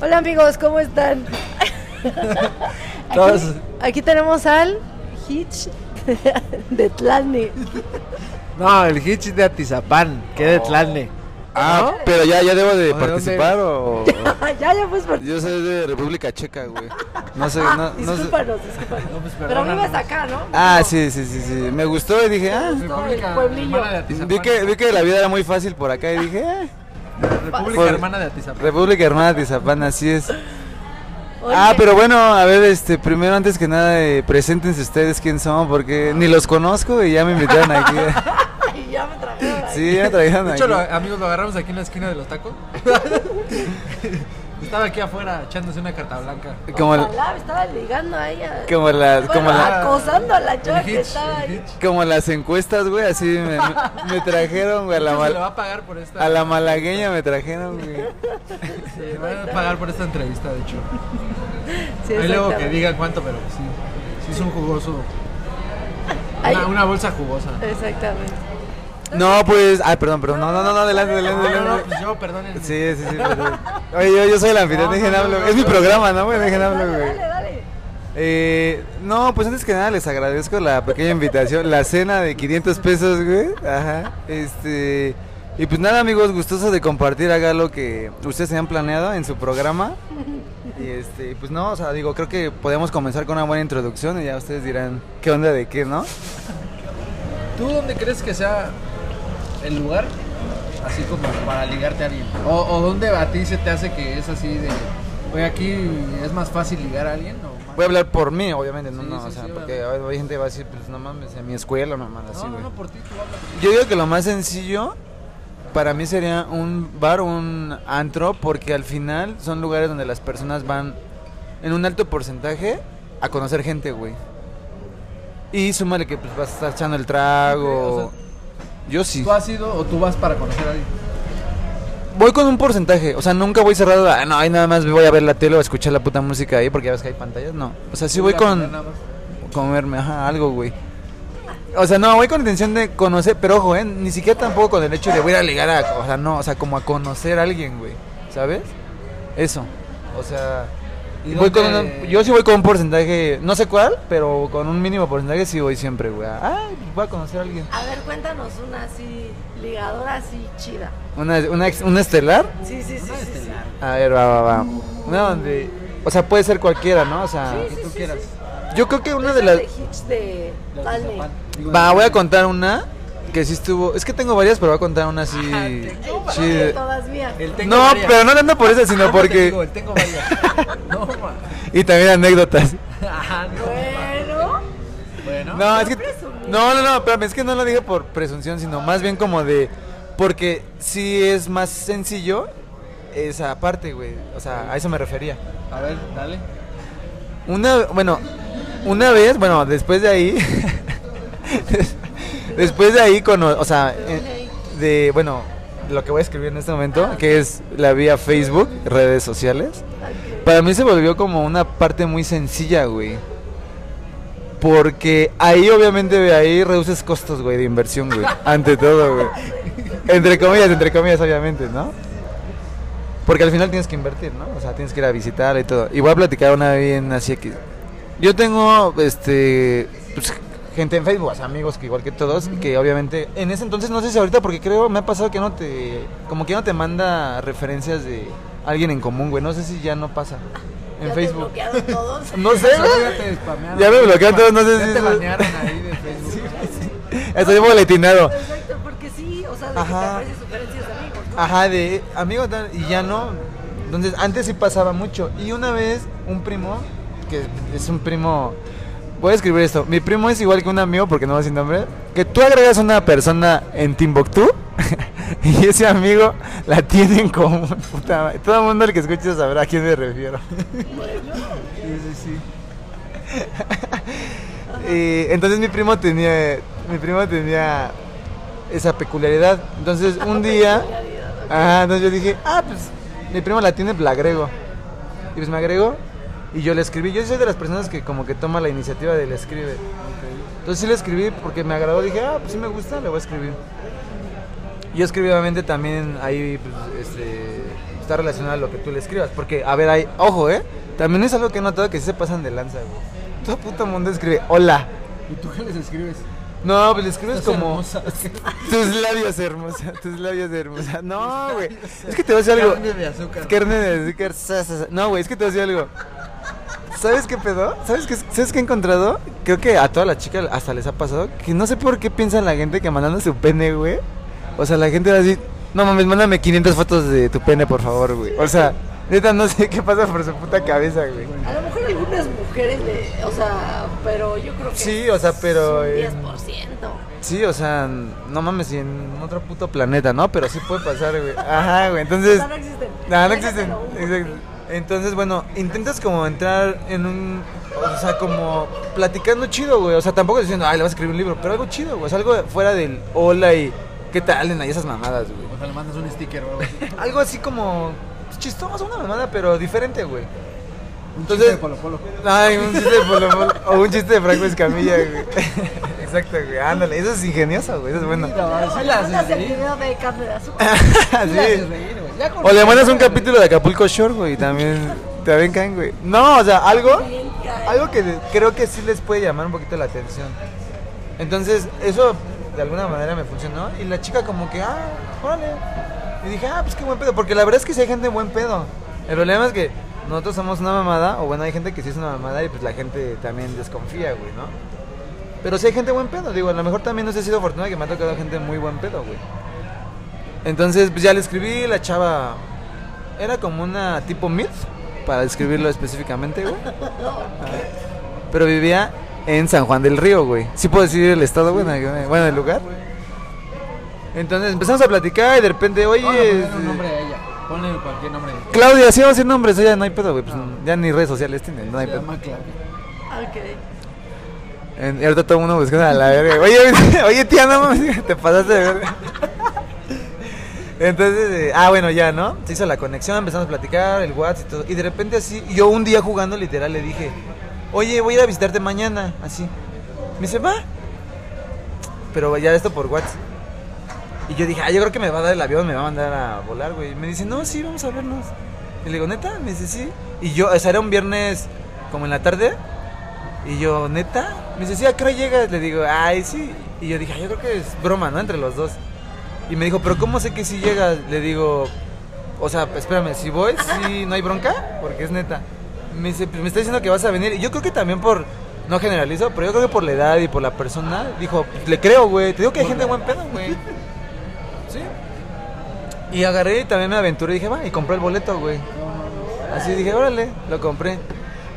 Hola amigos, ¿cómo están? Todos. aquí, aquí tenemos al Hitch de Tlane. No, el Hitch es de Atizapán, que de Tlalne. Ah, pero ya, ya debo de ¿O de participar o... ya, ya pues por... Yo soy de República Checa, güey. No sé, no, no sé. discúlpanos, discúlpanos. Pero vives acá, ¿no? Ah, sí, sí, sí, sí. Me gustó y dije, ah. República el pueblillo. hermana de Vi que, vi que la vida era muy fácil por acá y dije, ah, República Por- Hermana de Atizapán. República Hermana de Tizapán, así es. Oye, Ah, pero bueno, a ver, este, primero antes que nada, eh, preséntense ustedes quién son, porque ni los conozco y ya me invitaron aquí. ay, ya me trajeron ahí. Sí, ya me trajeron De aquí. hecho, lo- amigos, lo agarramos aquí en la esquina de los tacos. Estaba aquí afuera echándose una carta blanca. Como, la- Ojalá, me estaba ligando a ella. como, la, Bueno, como, la- acosando a la chava El que Hitch, estaba el ahí. Hitch. como las encuestas, güey, así me, me- me trajeron, güey, a la, Se le va mal- a pagar por esta. a la malagueña me trajeron, güey. Se le va a pagar por esta entrevista, de hecho. Sí, Ahí luego que exactamente. digan cuánto, pero sí. Sí es un jugoso. Ay, Una, una bolsa jugosa. Exactamente. No, pues, ay, perdón, perdón, no, no, no, no, adelante, adelante, No, no, no, adelante. pues yo, perdonen. Sí, sí, sí, perdón. Oye, yo, yo soy el anfitrión, No, dejen no, no, hablo. no, Es mi no. programa, ¿no, güey? Dejen hablo, Dale, güey. dale, dale. Eh, no, pues antes que nada les agradezco la pequeña invitación, la cena de 500 pesos, güey. Ajá. Este, y pues nada, amigos, gustoso de compartir acá lo que ustedes se han planeado en su programa. Y este, pues no, o sea, digo, creo que podemos comenzar con una buena introducción y ya ustedes dirán qué onda de qué, ¿no? ¿Tú dónde crees que sea el lugar así como para ligarte a alguien? ¿O, o dónde a ti se te hace que es así de, oye, aquí es más fácil ligar a alguien? O más- Voy a hablar por mí, obviamente, no, Sí, no, sí, o sea, sí, porque obviamente. hay gente que va a decir, pues no mames, en mi escuela, no mames, así, no, no, güey. no, por ti tú hablas. Yo digo que lo más sencillo para mí sería un bar o un antro, porque al final son lugares donde las personas van en un alto porcentaje a conocer gente, güey. Y súmale que pues vas a estar echando el trago. Ok, o sea, yo sí. ¿Tú has ido o tú vas para conocer a alguien? Voy con un porcentaje, o sea, nunca voy cerrado. a, "Ah, no, ahí nada más voy a ver la tele o a escuchar la puta música ahí, porque ya ves que hay pantallas. No, o sea, sí voy Tú con vas nada más. comerme, ajá, algo, güey. O sea, no, voy con la intención de conocer, pero ojo, ¿eh? Ni siquiera tampoco con el hecho de voy a ir a ligar a, o sea, no, o sea, como a conocer a alguien, güey, ¿sabes? Eso, o sea, ¿Y voy con dónde- una- yo sí voy con un porcentaje, no sé cuál, pero con un mínimo porcentaje sí voy siempre, güey. Ah, voy a conocer a alguien. A ver, cuéntanos una así, ligadora así chida. Una, una, ex- una estelar, Sí, sí, sí. sí, sí. a ver, va, va, va. Una donde, o sea, puede ser cualquiera, ¿no? O sea, Que tú quieras. yo creo que una de Esa las... de Hitch de La Tlane. Atizapán. Digo, Va, la- voy a contar una que sí estuvo. Es que tengo varias, pero voy a contar una así. Tengo varias de chida. todas mías. El tengo No, varias. pero no tanto por esa, Ah, no sino te digo, porque. el tengo varias. No, ma. Y también anécdotas. Ajá, no. Bueno, Bueno. No, es que. presumí. No, no, no, espérame, es que no lo dije por presunción, sino más bien como de. Porque sí es más sencillo esa parte, güey. O sea, a eso me refería. A ver, dale. ¿Eh? Una, bueno, una vez, bueno, después de ahí, después de ahí, con, o sea, eh, de, bueno, lo que voy a escribir en este momento, que es la vía Facebook, redes sociales, ok. para mí se volvió como una parte muy sencilla, güey. Porque ahí, obviamente, de ahí reduces costos, güey, de inversión, güey. Ante todo, güey. Entre comillas, entre comillas, obviamente, ¿no? Porque al final tienes que invertir, ¿no? O sea, tienes que ir a visitar y todo. Y voy a platicar una bien así que... Yo tengo, este... pues, gente en Facebook, o sea, amigos que igual que todos, que obviamente... En ese entonces, no sé si ahorita, porque creo, me ha pasado que no te... Como que ya no te manda referencias de alguien en común, güey. No sé si ya no pasa en ya te Facebook. bloquearon todos. No sé, Ya güey. te spamearon. Ya me bloquearon todos, no sé Ya si te eso- banearon ahí de Facebook. Estoy boletinado. Exacto, porque sí, o sea, de que te Ajá. Ah. aparecen sugerencias de amigos, ¿no? Ajá, de amigos tal, y ya no. Entonces, antes sí pasaba mucho. Y una vez, un primo, que es un primo. Voy a escribir esto. Mi primo es igual que un amigo, porque no va sin nombre. Que tú agregas una persona en Timbuktu y ese amigo la tiene en común. Puta madre. Todo el mundo el que escuche sabrá a quién me refiero. Sí, sí, sí. Y entonces mi primo tenía mi primo tenía esa peculiaridad. Entonces un día, ajá, entonces yo dije, ah, pues mi primo la tiene, pues, la agrego. Y pues me agregó y yo le escribí. Yo soy de las personas que como que toma la iniciativa de le escribe. Entonces sí le escribí porque me agradó, dije, ah, pues sí me gusta, le voy a escribir. Yo escribí obviamente también ahí pues, este, está relacionado a lo que tú le escribas. Porque, a ver, hay, ojo, ¿eh? También es algo que he notado que sí se pasan de lanza, güey. Todo puto mundo escribe, hola. ¿Y tú qué les escribes? No, pues le escribes Estás como hermosa. tus labios hermosa, tus labios hermosa. No, güey. Es que te voy a decir algo. Carne de azúcar. Carne de azúcar. sa, sa, sa. No, güey, es que te voy a decir algo. ¿Sabes qué pedo? ¿Sabes qué, ¿Sabes qué he encontrado? Creo que a todas las chicas hasta les ha pasado que no sé por qué piensan la gente que mandando su pene, güey. O sea, la gente va a decir, no mames, mándame 500 fotos de tu pene, por favor, güey. O sea, neta, no sé qué pasa por su puta cabeza, güey. A lo mejor algunas mujeres, le- o sea, pero yo creo que. Sí, o sea, pero, eh, es Un 10%. Sí, o sea, no mames, y en otro puto planeta, ¿no? Pero sí puede pasar, güey. Ajá, güey. Entonces. no existen. Nah, no existen. Déjatelo, Exacto. Entonces, bueno, intentas como entrar en un. O sea, como platicando chido, güey. O sea, tampoco diciendo, ay, le vas a escribir un libro, pero algo chido, güey. O sea, algo fuera del hola y qué tal, nena, y esas mamadas, güey. O sea, le mandas un sticker o algo así. Algo así como chistoso, una mamada, pero diferente, güey. Un Entonces- chiste de Polo Polo. Ay, un chiste de Polo Polo, o un chiste de Franco Escamilla, güey. Exacto, güey. Ándale, eso es ingenioso, güey. Eso es bueno. Mira, sí la Mandas haces el reír. video de carne de azúcar. Sí la haces reír, sí. güey. Ya con- O le mandas un capítulo de Acapulco Shore, güey, y también, también caen, güey. No, o sea, algo, algo que creo que sí les puede llamar un poquito la atención. Entonces, eso de alguna manera me funcionó. Y la chica como que, ah, órale. Y dije, ah, pues qué buen pedo. Porque la verdad es que sí hay gente buen pedo. El problema es que nosotros somos una mamada, o bueno, hay gente que sí es una mamada y pues la gente también desconfía, güey, ¿no? Pero sí hay gente buen pedo, digo, a lo mejor también no he sido afortunado que me ha tocado gente muy buen pedo, güey. Entonces, pues ya le escribí, la chava era como una tipo myth, para describirlo específicamente, güey. Ah, Pero vivía en San Juan del Río, güey. Sí puedo decir el estado, güey, bueno, el lugar. Entonces empezamos a platicar y de repente, oye, Vamos a ponerle un este, nombre a ella. Ponle cualquier nombre. Claudia, sí vamos a decir nombres, ya no hay pedo, güey. Pues, Ya ni redes sociales tienen, no hay Se pedo. llama Claudia. Ok. En- y ahorita todo el mundo buscando a la verga. Oye, oye tía, no mames, te pasaste de verga. Entonces, eh, ah, bueno, ya, ¿no? Se hizo la conexión, empezamos a platicar, el WhatsApp y todo. Y de repente así, yo un día jugando literal le dije, oye, voy a ir a visitarte mañana, así. Me dice, va. Pero ya esto por WhatsApp. Y yo dije, ah, yo creo que me va a dar el avión, me va a mandar a volar, güey. Y me dice, no, sí, vamos a vernos. Y le digo, neta, me dice, sí. Y yo, o sea, era un viernes como en la tarde. Y yo, neta, me dice, sí, ¿a qué hora llegas? Le digo, ay, sí. Y yo dije, "Ay, yo creo que es broma, ¿no? Entre los dos. Y me dijo, pero ¿cómo sé que si llegas? Le digo, o sea, espérame, si voy, sí, no hay bronca, porque es neta. Me dice, pues me está diciendo que vas a venir. Y yo creo que también por, no generalizo, pero yo creo que por la edad y por la persona, dijo, "Pues le creo, güey. Te digo que hay gente buen pedo, güey. Sí. Y agarré y también me aventuré y dije, va, y compré el boleto, güey. Así dije, órale, lo compré.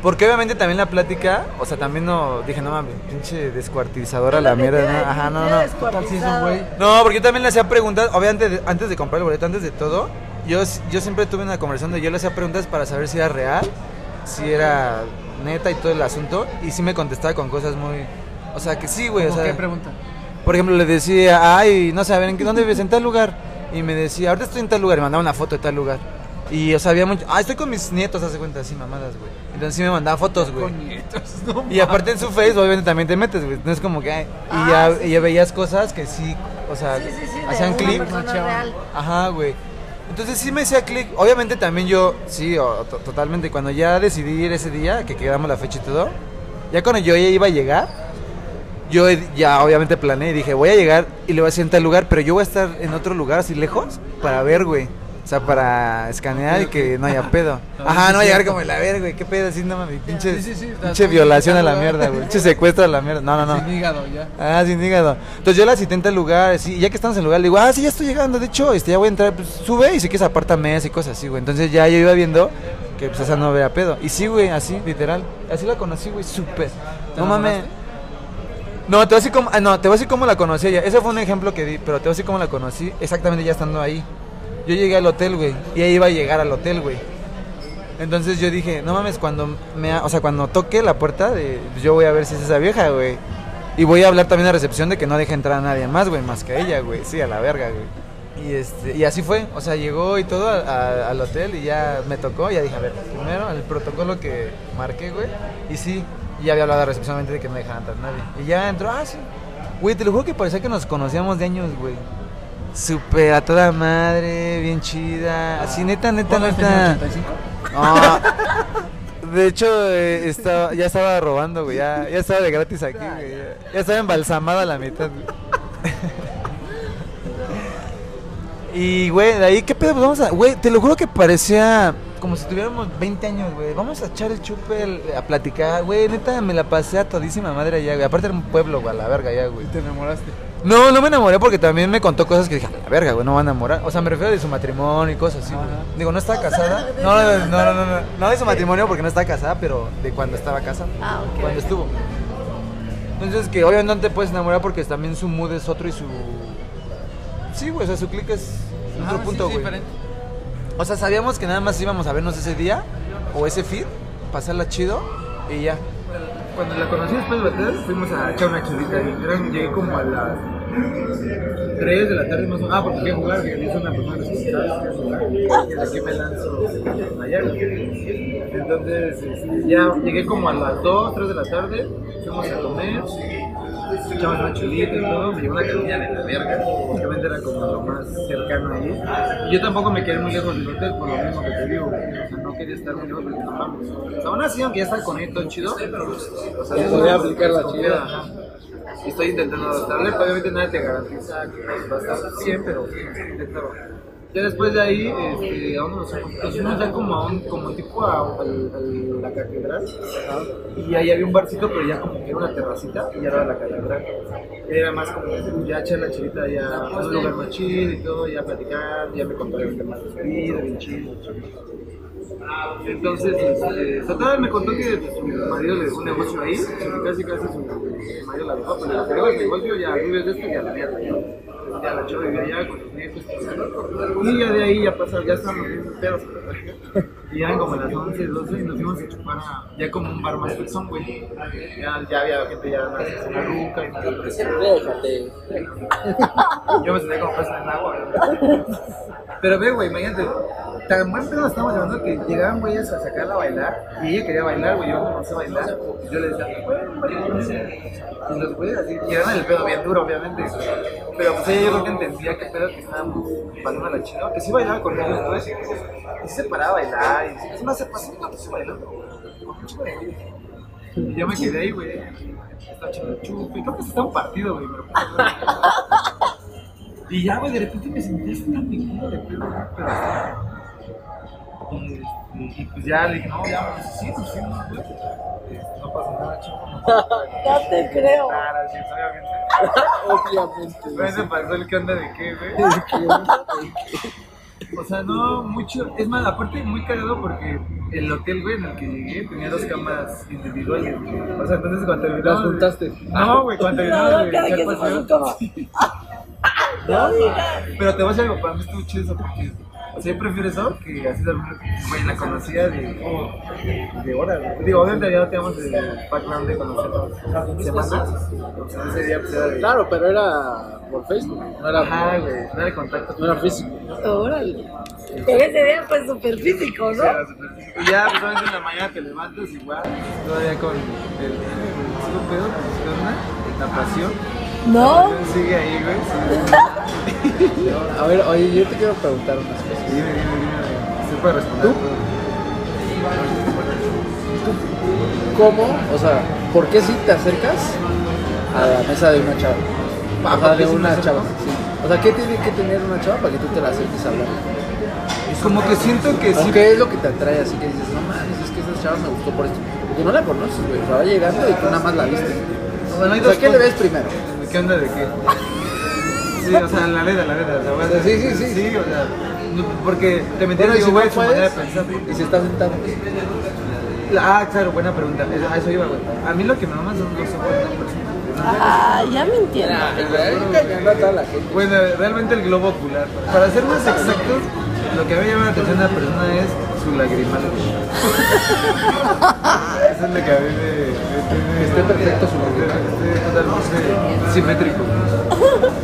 Porque obviamente también la plática, o sea, también no, dije, no mames, pinche descuartizadora la mierda, ¿no? Ajá, no, no. ¿Qué tal si es un güey? No, porque yo también le hacía preguntas, obviamente antes de, antes de comprar el boleto, antes de todo, yo, s- yo siempre tuve una conversación donde yo le hacía preguntas para saber si era real, si era neta y todo el asunto, y sí me contestaba con cosas muy... O sea, que sí, güey. o ¿Cómo sea, qué pregunta? por ejemplo, le decía, ay, no sé, a ver, ¿en qué, ¿dónde vives? En tal lugar. Y me decía, ahorita estoy en tal lugar. Y me mandaba una foto de tal lugar. Y, o sea, había mucho. Ah, estoy con mis nietos, hace cuenta, así mamadas, güey. Entonces sí me mandaba fotos, güey. Con nietos, no Y aparte en su face, obviamente también te metes, güey. No es como que. ay, y, ya, y ya veías cosas que sí, o sea, Ah, Sí, sí, sí, de hacían una clic. persona Machaban. real. Ajá, güey. Entonces sí me hacía clic. Obviamente también yo, sí, o- to- totalmente. Cuando ya decidí ir ese día, que quedamos la fecha y todo, ya cuando yo ya iba a llegar, yo he- ya obviamente planeé y dije, voy a llegar y le voy a decir en tal lugar, pero yo voy a estar en otro lugar así lejos para ver, güey. O sea, para escanear y que no haya pedo. Ah, Ajá, sí, no voy a llegar cierto. como la verga, güey. ¿Qué pedo? Así, no mames. Pinche, Sí, sí, sí, está- pinche está- violación a la está- mierda, güey. Pinche secuestro a la mierda. No, no, no. Sin hígado ya. Ah, sin hígado. Entonces yo la cité en tal lugar, así, y ya que estamos en el lugar, le digo, ah, sí, ya estoy llegando, de hecho, este, ya voy a entrar, pues, sube y sí que se aparta mes y cosas así, güey. Entonces ya yo iba viendo que pues esa no era pedo. Y sí, güey, así, literal. Así la conocí, güey, súper. ¿Te No mames. enamoraste? No, te voy a decir cómo, ah, no, te voy a decir cómo la conocí a ella. Ese fue un ejemplo que di, pero te voy a decir cómo la conocí exactamente ya estando ahí. Yo llegué al hotel, güey, y ella iba a llegar al hotel, güey. Entonces yo dije, no mames, cuando me, ha- o sea, cuando toque la puerta, de, yo voy a ver si es esa vieja, güey. Y voy a hablar también a recepción de que no deje entrar a nadie más, güey, más que a ella, güey. Sí, a la verga, güey. Y, este, y así fue, o sea, llegó y todo a- a- al hotel y ya me tocó, ya dije, a ver, primero el protocolo que marqué, güey. Y sí, ya había hablado a recepción obviamente, de que no dejaban entrar a nadie. Y ya entró, ah, sí. Güey, te lo juro que parecía que nos conocíamos de años, güey. Súper a toda madre, bien chida. Así, neta, neta, ¿Cuántos neta. tenía? ¿85? Ah, de hecho, eh, estaba, ya estaba robando, güey. Ya, ya estaba de gratis aquí, güey. Ya, ya estaba embalsamada la mitad, güey. Y, güey, de ahí, ¿qué pedo? Pues vamos a. Güey, te lo juro que parecía como si tuviéramos 20 años, güey. Vamos a echar el chupe el- a platicar, güey. Neta, me la pasé a todísima madre allá, güey. Aparte era un pueblo, güey, a la verga allá, güey. Te enamoraste. No, no me enamoré porque también me contó cosas que dije, "A la verga, güey, no va a enamorar. O sea, me refiero de su matrimonio y cosas así, güey. Ajá. Digo, ¿no está casada? No, no, no, no, no. No de su matrimonio porque no está casada, pero de cuando estaba casada. Ah, ok. Cuando estuvo. Entonces, que obviamente no te puedes enamorar porque también su mood es otro y su... Sí, güey, o sea, su click es Ah, otro sí, punto, sí, güey. diferente. O sea, sabíamos que nada más íbamos a vernos ese día o ese feed, pasarla chido y ya. Cuando la conocí después de batallas, fuimos a echar una chulita. y eran- Llegué como a las 3 de la tarde más o menos. Ah, porque quería jugar, que yo soy una persona responsable. quería jugar, y Aquí me lanzo a Miami. Entonces, este, ya llegué como a las 2, 3 de la tarde. Fuimos a comer. Echamos una chulita y todo. Me llevó una camilla de la verga. Obviamente era como lo más cercano ahí. Y yo tampoco me quedé muy lejos del hotel, por lo mismo que te digo. O sea, no quería estar muy lejos porque no mames. O sea, aún así, aunque ya está con esto chido, o sea, podría aplicar la chida. ajá. Y Estoy intentando adaptarle, pero obviamente nadie te garantiza que va a estar bien, pero intentarlo. Ya después de ahí, este, a dónde nos fuimos? Nos fuimos ya como a un, como tipo a, al- al- la catedral, y ahí había un barcito, pero ya como que era una terracita, y ya era la catedral. Era más como ya echar la chilita, ya en un lugar más chido y todo, ya platicar, ya me contó el tema de su vida, bien chido. Entonces, este, Satán me contó que su marido le dejó un negocio ahí, que casi casi su marido la dejó, pero le dejó el negocio, ya vives de esto y a la mierda. ¿no? Ya la chava vivía allá con sus nietos. Y ya de ahí ya pasa, ya estamos bien pedos. Y eran como las 11, 12 y nos fuimos a chupar a- ya como un bar más fixón, güey. Ya, ya había gente ya más ruca y más. Yo me senté como pez en el agua. ¿no? Pero ve, güey, imagínate, tan buen pedo estábamos llevando que llegaban güeyes a sacarla a bailar y ella quería bailar, güey, yo no sé bailar. Y yo le decía, "Bueno, güey". y los güeyes así, tiraban el pedo bien duro, obviamente. Pero pues ella yo creo que entendía que pedo que estábamos pasando la chida, que sí bailaba con ellos, pues. Y sí se paraba a bailar, y es más, se pasó una se bailando, con mucho de- Y yo me quedé ahí, güey. Está chido, chupe. Creo que se está un partido, güey. pero- y ya, güey, de repente me sentí así tan ligero de pedo, güey, pero Y, y- y pues ya le dije, no, ya, pues sí, pues sí, no, güey. Eh, No pasa nada, chico. No pasa No te creo. nada, sí, obviamente. Obviamente. Pero ese pasó el que onda de qué, güey. O sea, no, mucho. Es más, aparte, muy cagado porque el hotel, güey, en el que llegué tenía dos camas individuales. güey. O sea, entonces cuando terminamos. ¿Las juntaste? No, güey, cuando terminamos. No, de cada echar quien se fue a paseo- su cama. No digas. Pero te voy a decir algo, para mí estuvo chido eso porque o sea, yo prefiero eso que así de güey, la conocía de, de horas. güey. Digo, obviamente ya teníamos el background de conocernos semanas. Entonces ese día pues era de... Claro, pero era por Facebook, no era, Ajá, güey, no era contacto. no era físico. Órale. Pero ese día fue súper físico, ¿no? Era súper físico. Y ya, pues obviamente en la mañana te levantas igual, todavía con el, el, solo pedo, pues, ¿qué onda? La pasión. No. Sigue ahí, güey. sí. A ver, oye, yo te quiero preguntar unas cosas. Dime, dime, dime. Se puede responder. ¿Cómo? O sea, ¿por qué si te acercas a la mesa de una chava? O sea, Ah, ¿por qué de si me una acerco? chava, sí. O sea, ¿qué tiene que tener una chava para que tú te la acerques a hablar? Como que siento que ¿O sí. ¿Qué es lo que te atrae? Así que dices, no mames, es que esa chava me gustó por esto. Porque no la conoces, güey. La va llegando y tú nada más la viste. O sea, no hay O sea, dos ¿qué le cosas. ves primero? ¿De ¿Qué onda de qué? Sí, o sea, la neta, la neta. O sea, bueno, Sí, sí, sí. o sea, no, porque te metías Bueno, y digo, si güey, no su manera puedes, de pensar. güey. y si está sentado. Ah, claro, buena pregunta. A eso iba, güey. A mí lo que me mama son los ojos de la persona. Ah, ya me entiendo. Bueno, realmente el globo ocular. Para ser más exactos, lo que a mí me llama la atención de la persona es su lagrimal. güey. Eso es lo que a mí me... me tiene- Esté perfecto su lagrimal. Esté totalmente simétrico.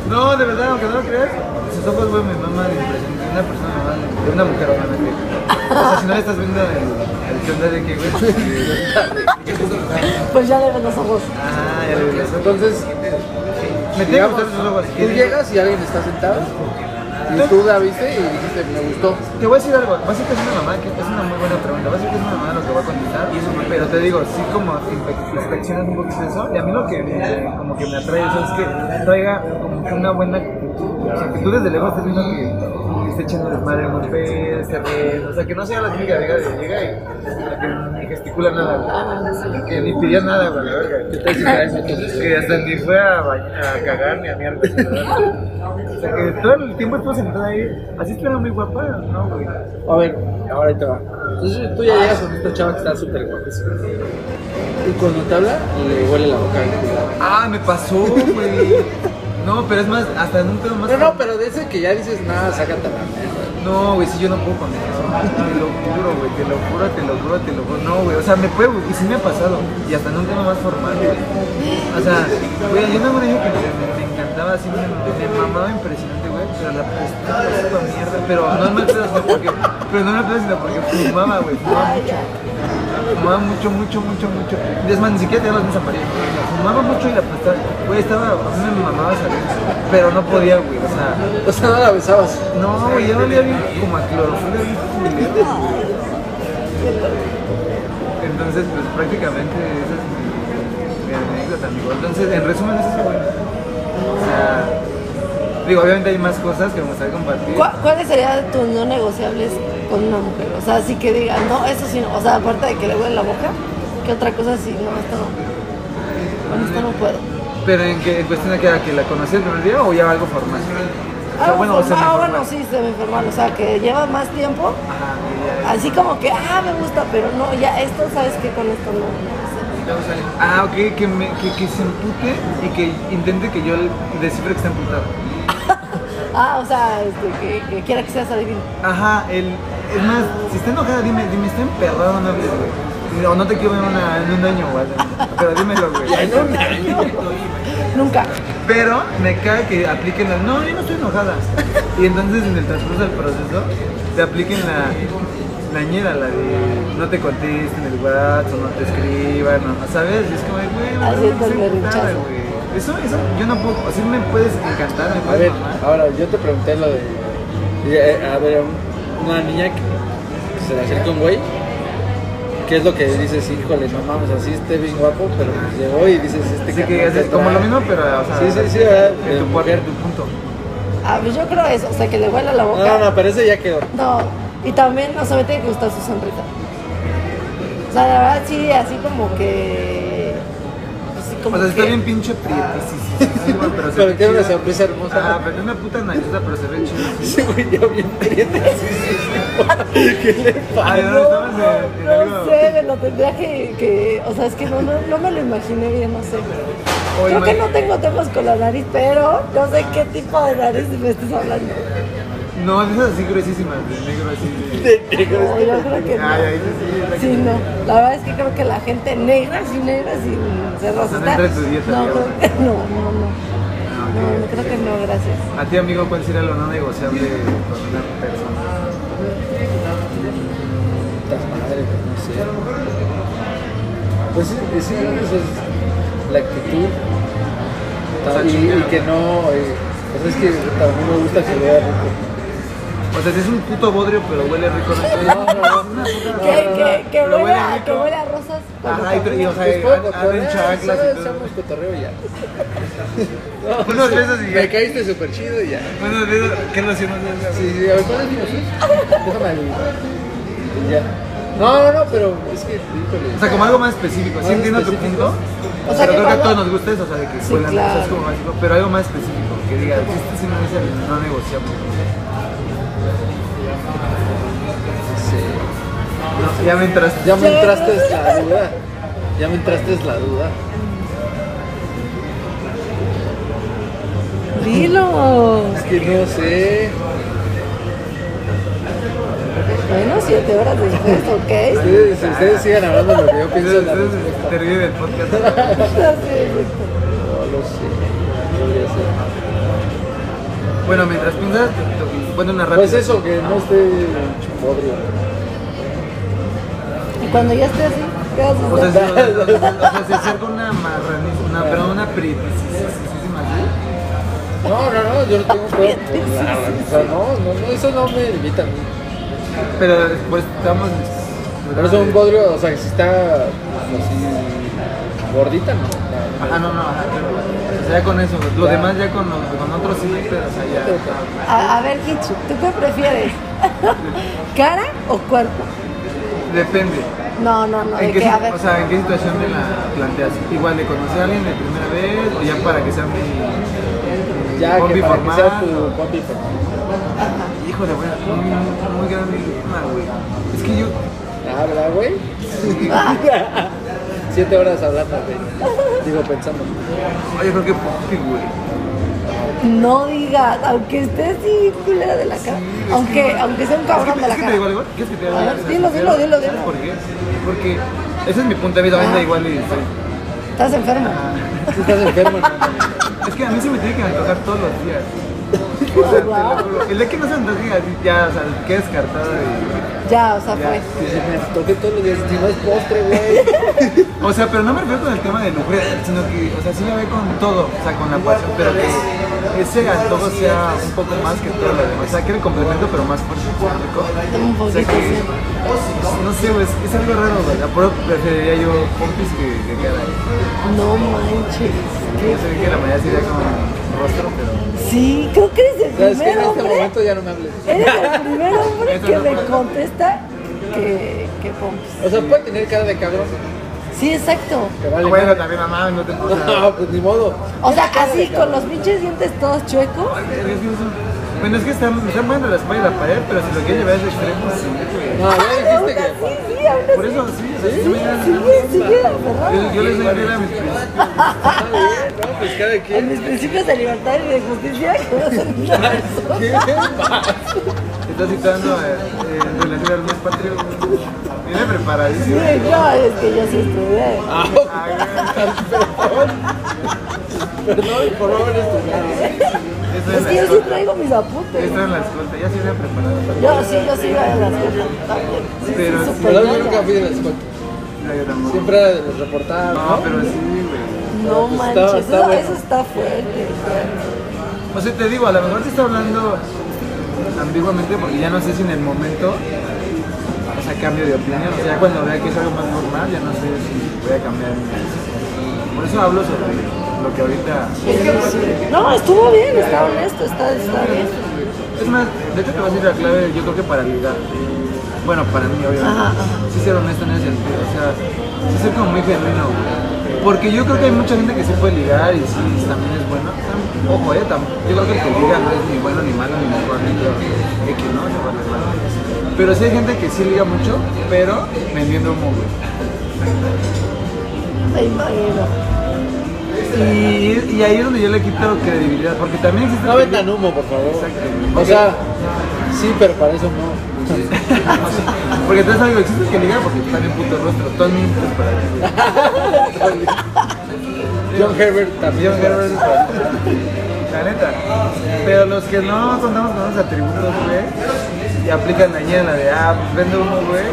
No, de verdad, aunque no lo creas, sus ojos, güey, me maman de impresión. De una persona me maman de- de una mujer, obviamente. O sea, si no le estás viendo el, el que onda de que, güey. Pues ya le ven los ojos. Ah, ya le vi los ojos. Entonces, Me tiene que Digamos, gustar esos logos. tú llegas y alguien está sentado y tú la viste y dijiste, me gustó. Te voy a decir algo, va a ser que es una mamá, que es una muy buena pregunta, va a ser que es una mamá lo que voy a contestar, pero te digo, sí como inspe- inspeccionas un poquito eso, y a mí lo que me, como que me atrae eso es que traiga como que una buena actitud, o sea, que tú desde lejos estés viendo que, que esté echando desmadre en un pez, se ríe, o sea, que no sea la típica vieja de llega y la que ni gesticula nada, que ni pidió nada, güey, la verga, ¿qué tal si traes eso? Que hasta ni fue a, bañar, a cagar ni a miar. O sea, que todo el tiempo estuvo sentada ahí, así era muy guapa, ¿no, güey? A ver, ahora te va. Entonces tú ya llegas con esta chava que está súper guapísima. Y cuando te habla, le huele la boca. bien. Ah, me pasó, güey. No, pero es más, hasta en un pedo más. Pero no, pero de ese que ya dices, nada, sácate la No, güey, si yo no puedo con eso. Te lo juro, güey, te lo juro, te lo juro, te lo juro. No, güey, o sea, me puede, güey, y sí me ha pasado. Y hasta en un tema más formal, güey. O sea, güey, yo una vez que me, me encantaba así, me, me mamaba impresionante, güey, pero la prestaba toda mierda. Pero no en mal pedo, sino porque, pero no en mal pedo, sino porque fumaba, güey, fumaba mucho. Fumaba mucho, mucho, mucho, mucho. Y Es más, ni siquiera tenía los mis amarillos. güey. O sea, Fumaba mucho y la prestaba. Güey, estaba, a mí me mamaba salir, pero no podía, güey, o sea. O sea, no la besabas. No, güey, yo olía bien como a clorofila bien culero, güey. Entonces, pues prácticamente esa es mi, mi anécdota, amigo. Entonces, en resumen, eso es bueno. O sea, digo, obviamente hay más cosas que me gustaría compartir. ¿Cuá- ¿Cuáles serían tus no negociables con una mujer? O sea, así que digan, no, eso sí no. O sea, aparte de que le huele la boca, ¿qué otra cosa sí? No, esto no. Con esto no puedo. Pero en, qué, en cuestión de que, que la conocí el primer día o ya algo formal. O sea, Ah, bueno, o sea, ah, formal. bueno, sí, se me enferman. O sea, que lleva más tiempo. Ajá, ya, ya. Así como que, ah, me gusta, pero no, ya esto, ¿sabes qué? Con esto no. no Ah, ok, que, me, que, que se empute y que intente que yo descifre que está emputado. sé. Ah, o sea, este, que, que quiera que seas adivino. Ajá, el, es más, si está enojada, dime, dime, está emperrado, no me hables, güey. O no te quiero ver una- en un año, güey. Pero dímelo, güey. Nunca. Pero me caga que apliquen la, no, yo no estoy enojada. Y entonces en el transcurso del proceso, te apliquen la, la ñera, la de no te contesten el WhatsApp, o no te escriban, o, ¿sabes? Y es como, güey, Así güey, es con estoy el emputada, rechazo. güey. Eso, eso, yo no puedo, así me puedes encantar, me A ver, puedes mamar. ahora yo te pregunté lo de. y, eh, A ver, un- una niña que que se le acerca un güey. ¿Qué es lo que dices? Híjole, no mames, así esté bien guapo, pero pues llegó y dices, este Así que carnal te haces como atrae. lo mismo, pero, o sea, Sí, sí, sí, eh, ¿verdad? en De tu, mujer. puerta, tu punto. Ah, pues yo creo eso, o sea, que le huela la boca. No, no, pero ese ya quedó. No, y también, no se me tiene que gustar su sonrisa. O sea, la verdad sí, así como que. Así como O sea, está que- bien pinche prietísimo, pero se Pero ve tiene una chido. sonrisa hermosa. Ah, pero tiene una puta narizuda, pero se ve chido. Ese güey ya bien prieto, así, sí, sí. ¿Qué le Ah, pasa? ¿verdad? Estabas en- en No, algo- sé, me lo tendría que, que- O sea, es que no, no, no me lo imaginé bien, no sé. O Creo que imag- no tengo temas con la nariz, pero no sé qué tipo de nariz me estás hablando. No, de esas así gruesísimas, de negro así. de- No, yo creo que Ay, ay, no. sí, sí, Sí, no. La verdad es que creo que la gente negra, sí, negra, sí, se rosa. Están entre tu dieta, No, ya, creo que no, no, no. Ah, No, no ok. creo que no, gracias. A ti, amigo, ¿cuál sería lo no negociable con una persona? Puta madre, no sé. Pues sí, sí, esa es la actitud. O sea, Y, chingado. y que no. eh, pues es que también me gusta que vea rico. O sea, si es un puto bodrio, pero huele rico. No, no, no. una puta- Que, que, que, Pero huele, a- rico. que huele a rosas. Ajá, y, tra- y, o sea, Después de abren chaclas y todo. hacemos cotorreo y ya. Unos besos y Me ya. caíste súper chido y ya. Unos besos, ¿qué relación es esa? Sí, sí, a ver, ¿cuál es mi opción? Déjame adivinar. Y ya. No, no, no, pero es que, híjole. O sea, como algo más específico, sí Más entiendo tu específico. punto. O sea, pero que creo que a cuando- todos nos gusta eso, o sea, de que Sí, cuelgan claro. cosas como básico, pero algo más específico, que diga, este sí no es el no negociable. No, ya me entraste. Ya me entraste la duda. Ya me entraste la duda. pues, Dilo. Es que no sé. Bueno, siete horas después, ¿ok? Ustedes, ustedes sigan hablando de lo que yo pienso. en la Entonces, respuesta. te ríes del podcast. No lo sé. Podría ser. Bueno, mientras piensas, te- te- bueno, una rápida. Pues eso, que no esté podrido. Y cuando ya esté así, ¿qué haces? O sea, si- o sea, se acerca una marranita, una, perdón, una prieticisísima, No, ¿sí? no, no, yo no tengo pedo por la raza, no, no, no, eso no me limita a mí. Pero después estamos. Pero eso es un bodrio, o sea, que si está pues, así gordita, no. no, Ajá, no, no, ajá, pero. O sea, ya con eso. Lo Ya. demás ya con, los- con otros sí, pero o sea, ya. A, a ver, Hichu, ¿tú qué prefieres? ¿Cara o cuerpo? Depende. No, no, no, de ¿En qué, que, a si- ver. o sea, ¿En qué situación te la planteas? Igual de conocer a alguien de primera vez o ya para que sea mi. mi Ya compi que para que formal, seas tu o- compi formal. Híjole, güey, muy, muy grande dilema, güey. Es que yo. Habla, güey. Ah, Siete horas hablando, güey. Digo, pensando. Yo creo que Puffy, güey. No digas, aunque estés así culera de la cara. aunque, aunque sea un Es que, cabrón te- de la es que te digo cara. algo, ¿quieres que te diga A algo? ver, O sea, dilo, te dilo, digo- dilo, ¿sabes dilo. ¿Por qué? Porque ese es mi punto de vista, ahorita Ah. igual y estoy- Estás enfermo. Ah. Tú estás enfermo, hermano. Es que a mí se me tiene que antojar todos los días. Ah, O sea, te lo guau. juro. El de que no se antoje así, ya, o sea, queda descartado. y- Ya, o sea, fue. Si me toqué todos los días, si no es postre, güey. O sea, pero no me refiero con el tema de lucre, sino que, o sea, sí la ve con todo, o sea, con la pasión, pero que ese antojo sea un poco más que todo lo demás. O sea, que el complemento, pero más fuerte, ¿sí me explico? Toma un O sea poquito, que, sí. no sé, güey, es, es algo raro, güey. La pro preferiría yo compis que, que cara. No manches. Yo sé que la mayoría sería con rostro, pero... Sí, creo que eres el ¿Sabes que primer En este hombre. momento ya no me hables. Eres el primer hombre Eso que no me puede. contesta que, que pompis. O sea, puede tener cara de cabrón. Sí, exacto. Que vale. Bueno, también mamá, no te puedo... No, pues ni modo. O sea, así con los pinches dientes todos chuecos. Bueno, es que están, están poniendo la espalda y la pared, pero si lo quieres llevar es extremo, sí, güey. No, ya Aún dijiste que. así, sí, aún así. Por eso, sí, o sea, sí, me llegan- Sí, sí, ¿verdad? Yo, yo les doy fiel a mis principios. Está bien, ¿no? Pues cada En quien. mis principios de libertad y de justicia, que no son una persona. Estás citando eh, eh, en relación al mes patrio. güey. Viene Sí, preparadísimo. no, es que yo sí estudié. Ah, Ay, güey, perdón, por no haber estudiado. Es Esto es la que yo sí escolta. traigo mis apuntes. Esto es la escolta. Ya se viene preparado. Yo sí, yo sí iba a las cosas también. Sí, sí, Pero sí. súper Perdón, yo ñoña. nunca fui de la escuela. No, yo tampoco. Siempre era de los reportados. No, pero sí, güey. No Está- manches, está eso, bueno. eso está fuerte. O sea, te digo, a lo mejor te está hablando ambiguamente porque ya no sé si en el momento. O sea, cambio de opinión. O sea, ya cuando vea que es algo más normal, ya no sé si voy a cambiar. mi- Por eso hablo sobre lo que ahorita. No, estuvo bien, está honesto, está, está bien. Es más, de hecho te voy a decir la clave, yo creo que para ligar. Bueno, para mí, obviamente. Ajá, ajá. Sí ser honesto en ese sentido, o sea, sí ser como muy genuino, güey. Porque yo creo que hay mucha gente que sí puede ligar y sí también es bueno. Ojo, eh, tam- yo creo que el que liga no es ni bueno, ni malo, ni mejor, ni peor. X, ¿no? Se vale, vale. Pero sí hay gente que sí liga mucho, pero vendiendo humo, güey. Me imagino. Y, y ahí es donde yo le quito credibilidad, porque también existe... No vendan humo, por favor. Exacto. O sea, sí, pero para eso no. Porque entonces algo existe que ligar porque están en puto rostro, todo el mundo es para ti, güey. John Herbert también. Yo quiero ver eso. La neta. Pero los que no contamos con los atributos, güey, y aplican la ñela de, ah, pues vende uno, güey.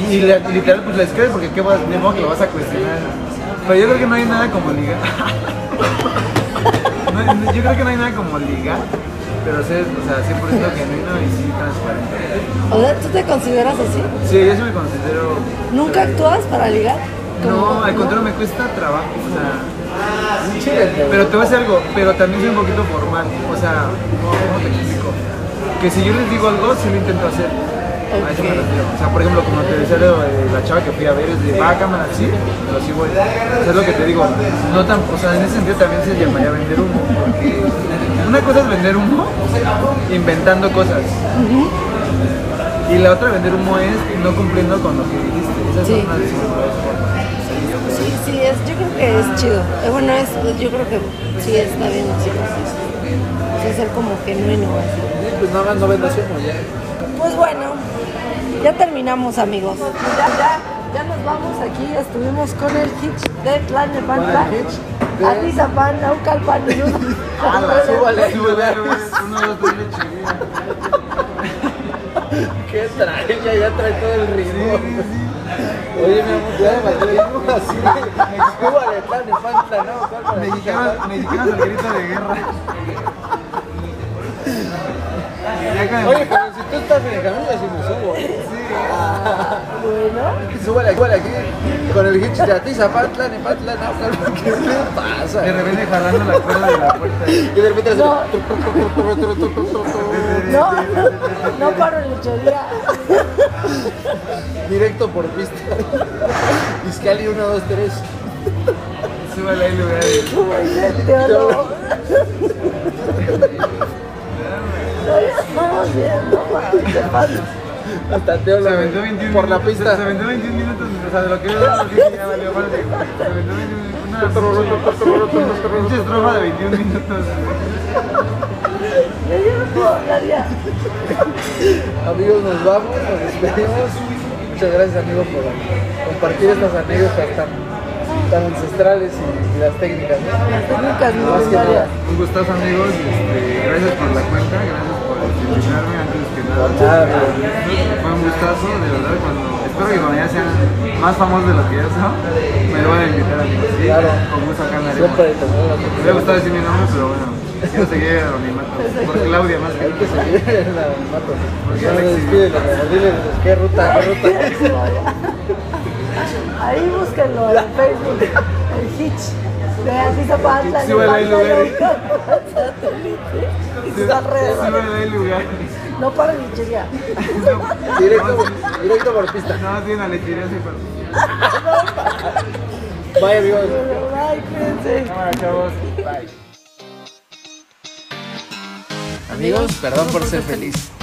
Y, y la- y literal, pues les crees porque qué vas, ni modo que lo vas a cuestionar. Pero yo creo que no hay nada como ligar. No, no, yo creo que no hay nada como ligar, pero ser, o sea, 100% genuino y sí transparente. O sea, ¿tú te consideras así? Sí, yo sí me considero. ¿Nunca actúas para ligar? No, Como- al contrario, me cuesta trabajo, o sea. Chírenle, Pero te voy a decir algo, pero también soy un poquito formal. O sea, ¿cómo te explico? Que si yo les digo algo, sí lo intento hacer. A eso me refiero. O sea, por ejemplo, como te decía lo de la chava que fui a ver, es de, va a cámara, sí, pero sí voy. O sea, es lo que te digo. No tan, o sea, en ese sentido también se llamaría vender humo. Porque una cosa es vender humo inventando cosas. Y la otra vender humo es no cumpliendo con lo que dijiste. Esa es Sí. una de sus dos formas. Sí, sí, es, yo creo que es chido. Eh, bueno, es, yo creo que sí está bien chido. Sí, sí. O sea, ser como genuino. así. Sí, pues nada más no vendas humo ya. Pues bueno, ya terminamos, amigos. Ya, ya, ya nos vamos aquí. Estuvimos con el Hitch de Tlalnepantla. Con el Hitch de- Ah, Atizapan, Naucalpan. y uno- Súbale, Sí, súbale. güey, uno, dos, tres, leche, güey. ¿Qué trae? Ya, ya trae todo el ritmo. Oye, mi amor, ya me el ritmo así. Cúbale, plan de falta, ¿no? ¿Cuál para Mexicanos, mexicanos al grito de guerra. Ya ti? con- Oye, pero si tú estás en el camino, así me subo. ¿eh? Bueno, Súbale, súbale aquí. Con el hitch de Atiza, patlan, y patlan, no, cabrón, ¿qué te pasa? de repente jalando la cuerda de la puerta. Y de repente hace- No. no, no paro en luchería. directo por pista. Iscali 1, 2, 3. Súbale ahí lugar. de- Teólogo. No, ya estamos bien, no mames, te pasas. Hasta Teo Se la aventó 21 por la minutos, Se pista. aventó 21 minutos, o sea, de lo que yo dije ya valió madre. Se aventó 21 minutos. Una pinche estrofa de 21 minutos. Yo ya no puedo hablar ya. Amigos, nos vamos, nos despedimos. Muchas gracias, amigos, por compartir estas anécdotas tan, tan ancestrales y, y las técnicas. ¿no? Las técnicas Más que nada. milenarias. Un gustazo, amigos. Este, gracias por la cuenta, gracias por invitarme antes que nada. Nada, pero Fue un gustazo, de verdad, cuando, espero que cuando ya sean más famosos de lo que ya son, me van a invitar a mí. Sí, Claro. Con gusto acá en la siempre arena. te voy a Me hubiera gustado decir mi nombre, pero bueno, quiero seguir el anonimato. Por Claudia, más que Hay que nada. seguir en la mato. Porque No Alexis- despiden, diles pues, qué ruta, qué ruta. Ahí búsquenlo en Facebook, el Hitch. De Atizapantla, Sí, bueno, hay lugares. y sus alrededores. Súbele ahí lugar. No paro en luchería. Directo, directo por pista. Nada más tiene una lechería así para. Bye, amigos. Ay, cuídense. Amigos, perdón por ser feliz.